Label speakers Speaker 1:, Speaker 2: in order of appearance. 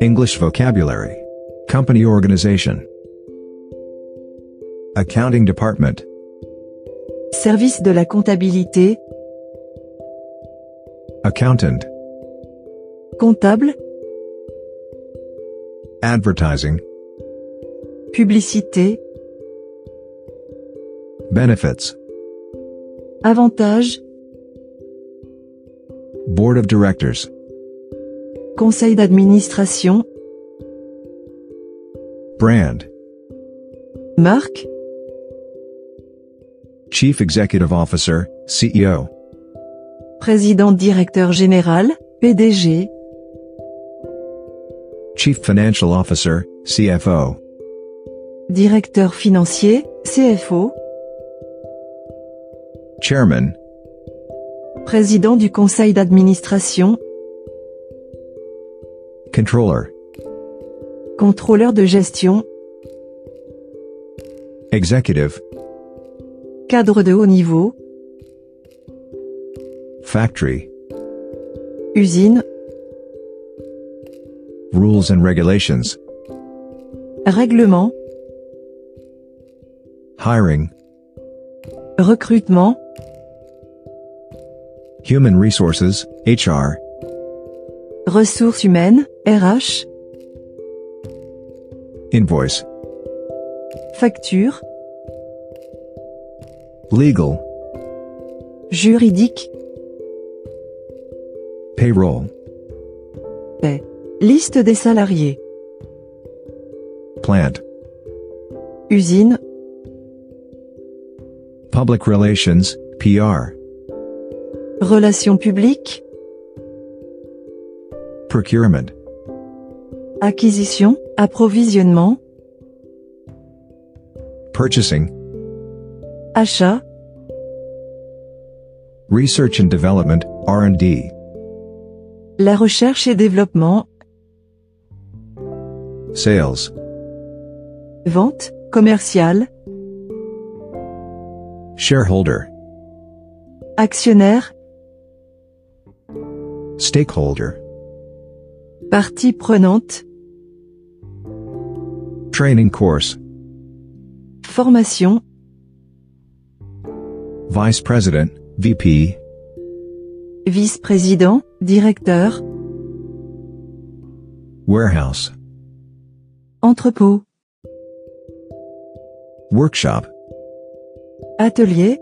Speaker 1: English vocabulary. Company organization. Accounting department.
Speaker 2: Service de la comptabilité,
Speaker 1: Accountant.
Speaker 2: comptable,
Speaker 1: Advertising.
Speaker 2: publicité,
Speaker 1: Benefits.
Speaker 2: avantages,
Speaker 1: Board of directors.
Speaker 2: conseil d'administration,
Speaker 1: Brand.
Speaker 2: marque,
Speaker 1: Chief executive officer, E CEO.
Speaker 2: président directeur général, PDG,
Speaker 1: Chief financial officer, CFO.
Speaker 2: directeur financier, CFO,
Speaker 1: Chairman.
Speaker 2: président du conseil d'administration,
Speaker 1: Controller.
Speaker 2: contrôleur de gestion,
Speaker 1: Executive.
Speaker 2: cadre de haut niveau,
Speaker 1: Factory.
Speaker 2: usine,
Speaker 1: Rules and regulations.
Speaker 2: règlement,
Speaker 1: Hiring.
Speaker 2: recrutement,
Speaker 1: Human resources, HR.
Speaker 2: ressources humaines, RH,
Speaker 1: Invoice.
Speaker 2: facture,
Speaker 1: Legal.
Speaker 2: juridique,
Speaker 1: Payroll.
Speaker 2: paix. Liste des salariés,
Speaker 1: Plant.
Speaker 2: usine,
Speaker 1: Public relations, PR.
Speaker 2: relations publiques,
Speaker 1: Procurement.
Speaker 2: acquisition, approvisionnement,
Speaker 1: Purchasing.
Speaker 2: Achat,
Speaker 1: Research and development, R&D.
Speaker 2: la recherche et développement,
Speaker 1: Sales.
Speaker 2: vente, commercial,
Speaker 1: Shareholder.
Speaker 2: actionnaire,
Speaker 1: Stakeholder.
Speaker 2: partie prenante,
Speaker 1: Training course.
Speaker 2: formation,
Speaker 1: Vice president, VP.
Speaker 2: vice-président, directeur,
Speaker 1: Warehouse.
Speaker 2: entrepôt,
Speaker 1: Workshop.
Speaker 2: atelier,